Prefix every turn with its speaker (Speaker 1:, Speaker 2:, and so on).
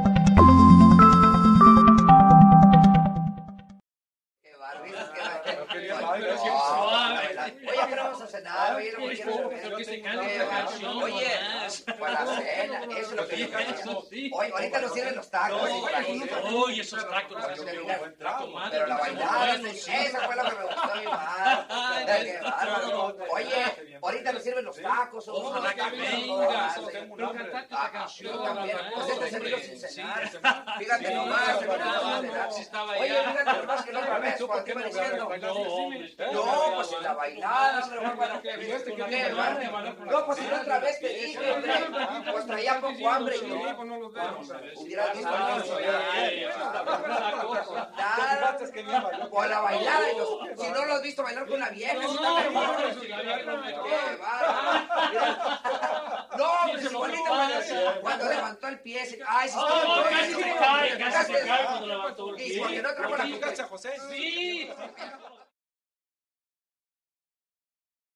Speaker 1: Ah, Oye, eso sí.
Speaker 2: Oye, ahorita nos sirven los tacos.
Speaker 1: No,
Speaker 2: sí, imagínate.
Speaker 1: Oye, esos tacos.
Speaker 2: Pero
Speaker 1: esos
Speaker 2: la
Speaker 1: tacos,
Speaker 2: bailaron,
Speaker 1: madre,
Speaker 2: Pero la
Speaker 1: que son
Speaker 2: bailaron,
Speaker 1: buenos.
Speaker 2: esa fue lo que me gustó mi madre. Qué bárbaro. Oye, ahorita nos sirven los tacos. son
Speaker 1: Ojalá
Speaker 2: unos
Speaker 1: que
Speaker 2: tacos,
Speaker 1: vengas,
Speaker 2: son unos
Speaker 1: tengo un
Speaker 3: Pero
Speaker 1: hambre.
Speaker 3: cantaste
Speaker 2: Ah, yo
Speaker 3: la canción.
Speaker 2: también.
Speaker 3: Alan,
Speaker 2: Pues este
Speaker 3: hombre.
Speaker 2: se vino sin
Speaker 3: Sí,
Speaker 2: cenar.
Speaker 3: se me-
Speaker 2: Fíjate
Speaker 1: Sí,
Speaker 2: nomás, se
Speaker 1: sí,
Speaker 2: me acaba
Speaker 1: sí,
Speaker 2: de dar.
Speaker 1: sí, estaba
Speaker 2: Oye,
Speaker 1: allá.
Speaker 2: fíjate nomás que no me ves,
Speaker 3: ¿Tú
Speaker 2: cuando
Speaker 3: por
Speaker 2: te
Speaker 3: qué
Speaker 2: iba
Speaker 3: me
Speaker 2: diciendo.
Speaker 1: No, hombre,
Speaker 3: bailaste?
Speaker 1: no,
Speaker 2: No, pues en la bailada, hombre, bueno, bueno,
Speaker 3: Que
Speaker 2: que-
Speaker 3: viste que
Speaker 2: qué
Speaker 3: no
Speaker 2: bárbaro.
Speaker 3: te bailó con la
Speaker 2: No, pues si la otra vez te dije, hombre, pues traía poco hambre y yo.
Speaker 3: no los
Speaker 2: Vamos
Speaker 3: veo.
Speaker 2: a ver si- Hubieras visto
Speaker 1: Ah,
Speaker 2: cómo se
Speaker 1: sí,
Speaker 2: veía.
Speaker 1: sí, sí.
Speaker 2: Nada,
Speaker 3: Es que bien bailó.
Speaker 2: Con la bailada, y los- si no lo has visto bailar con la vieja,
Speaker 1: No,
Speaker 2: eso
Speaker 1: no,
Speaker 2: está cabrón.
Speaker 1: no, sí, la vieja.
Speaker 2: Qué bárbaro. Mira. No,
Speaker 1: Sí,
Speaker 2: pues
Speaker 1: se
Speaker 2: su
Speaker 1: lo
Speaker 2: bonita
Speaker 1: pasa.
Speaker 2: cuando, cuando levantó el pie, se- ay, sí, está
Speaker 1: Oh,
Speaker 2: bueno.
Speaker 1: casi se cae, casi se cae cuando levantó el
Speaker 2: Y porque no trajo la
Speaker 1: pie.
Speaker 2: cucaracha.
Speaker 3: José?
Speaker 1: Sí.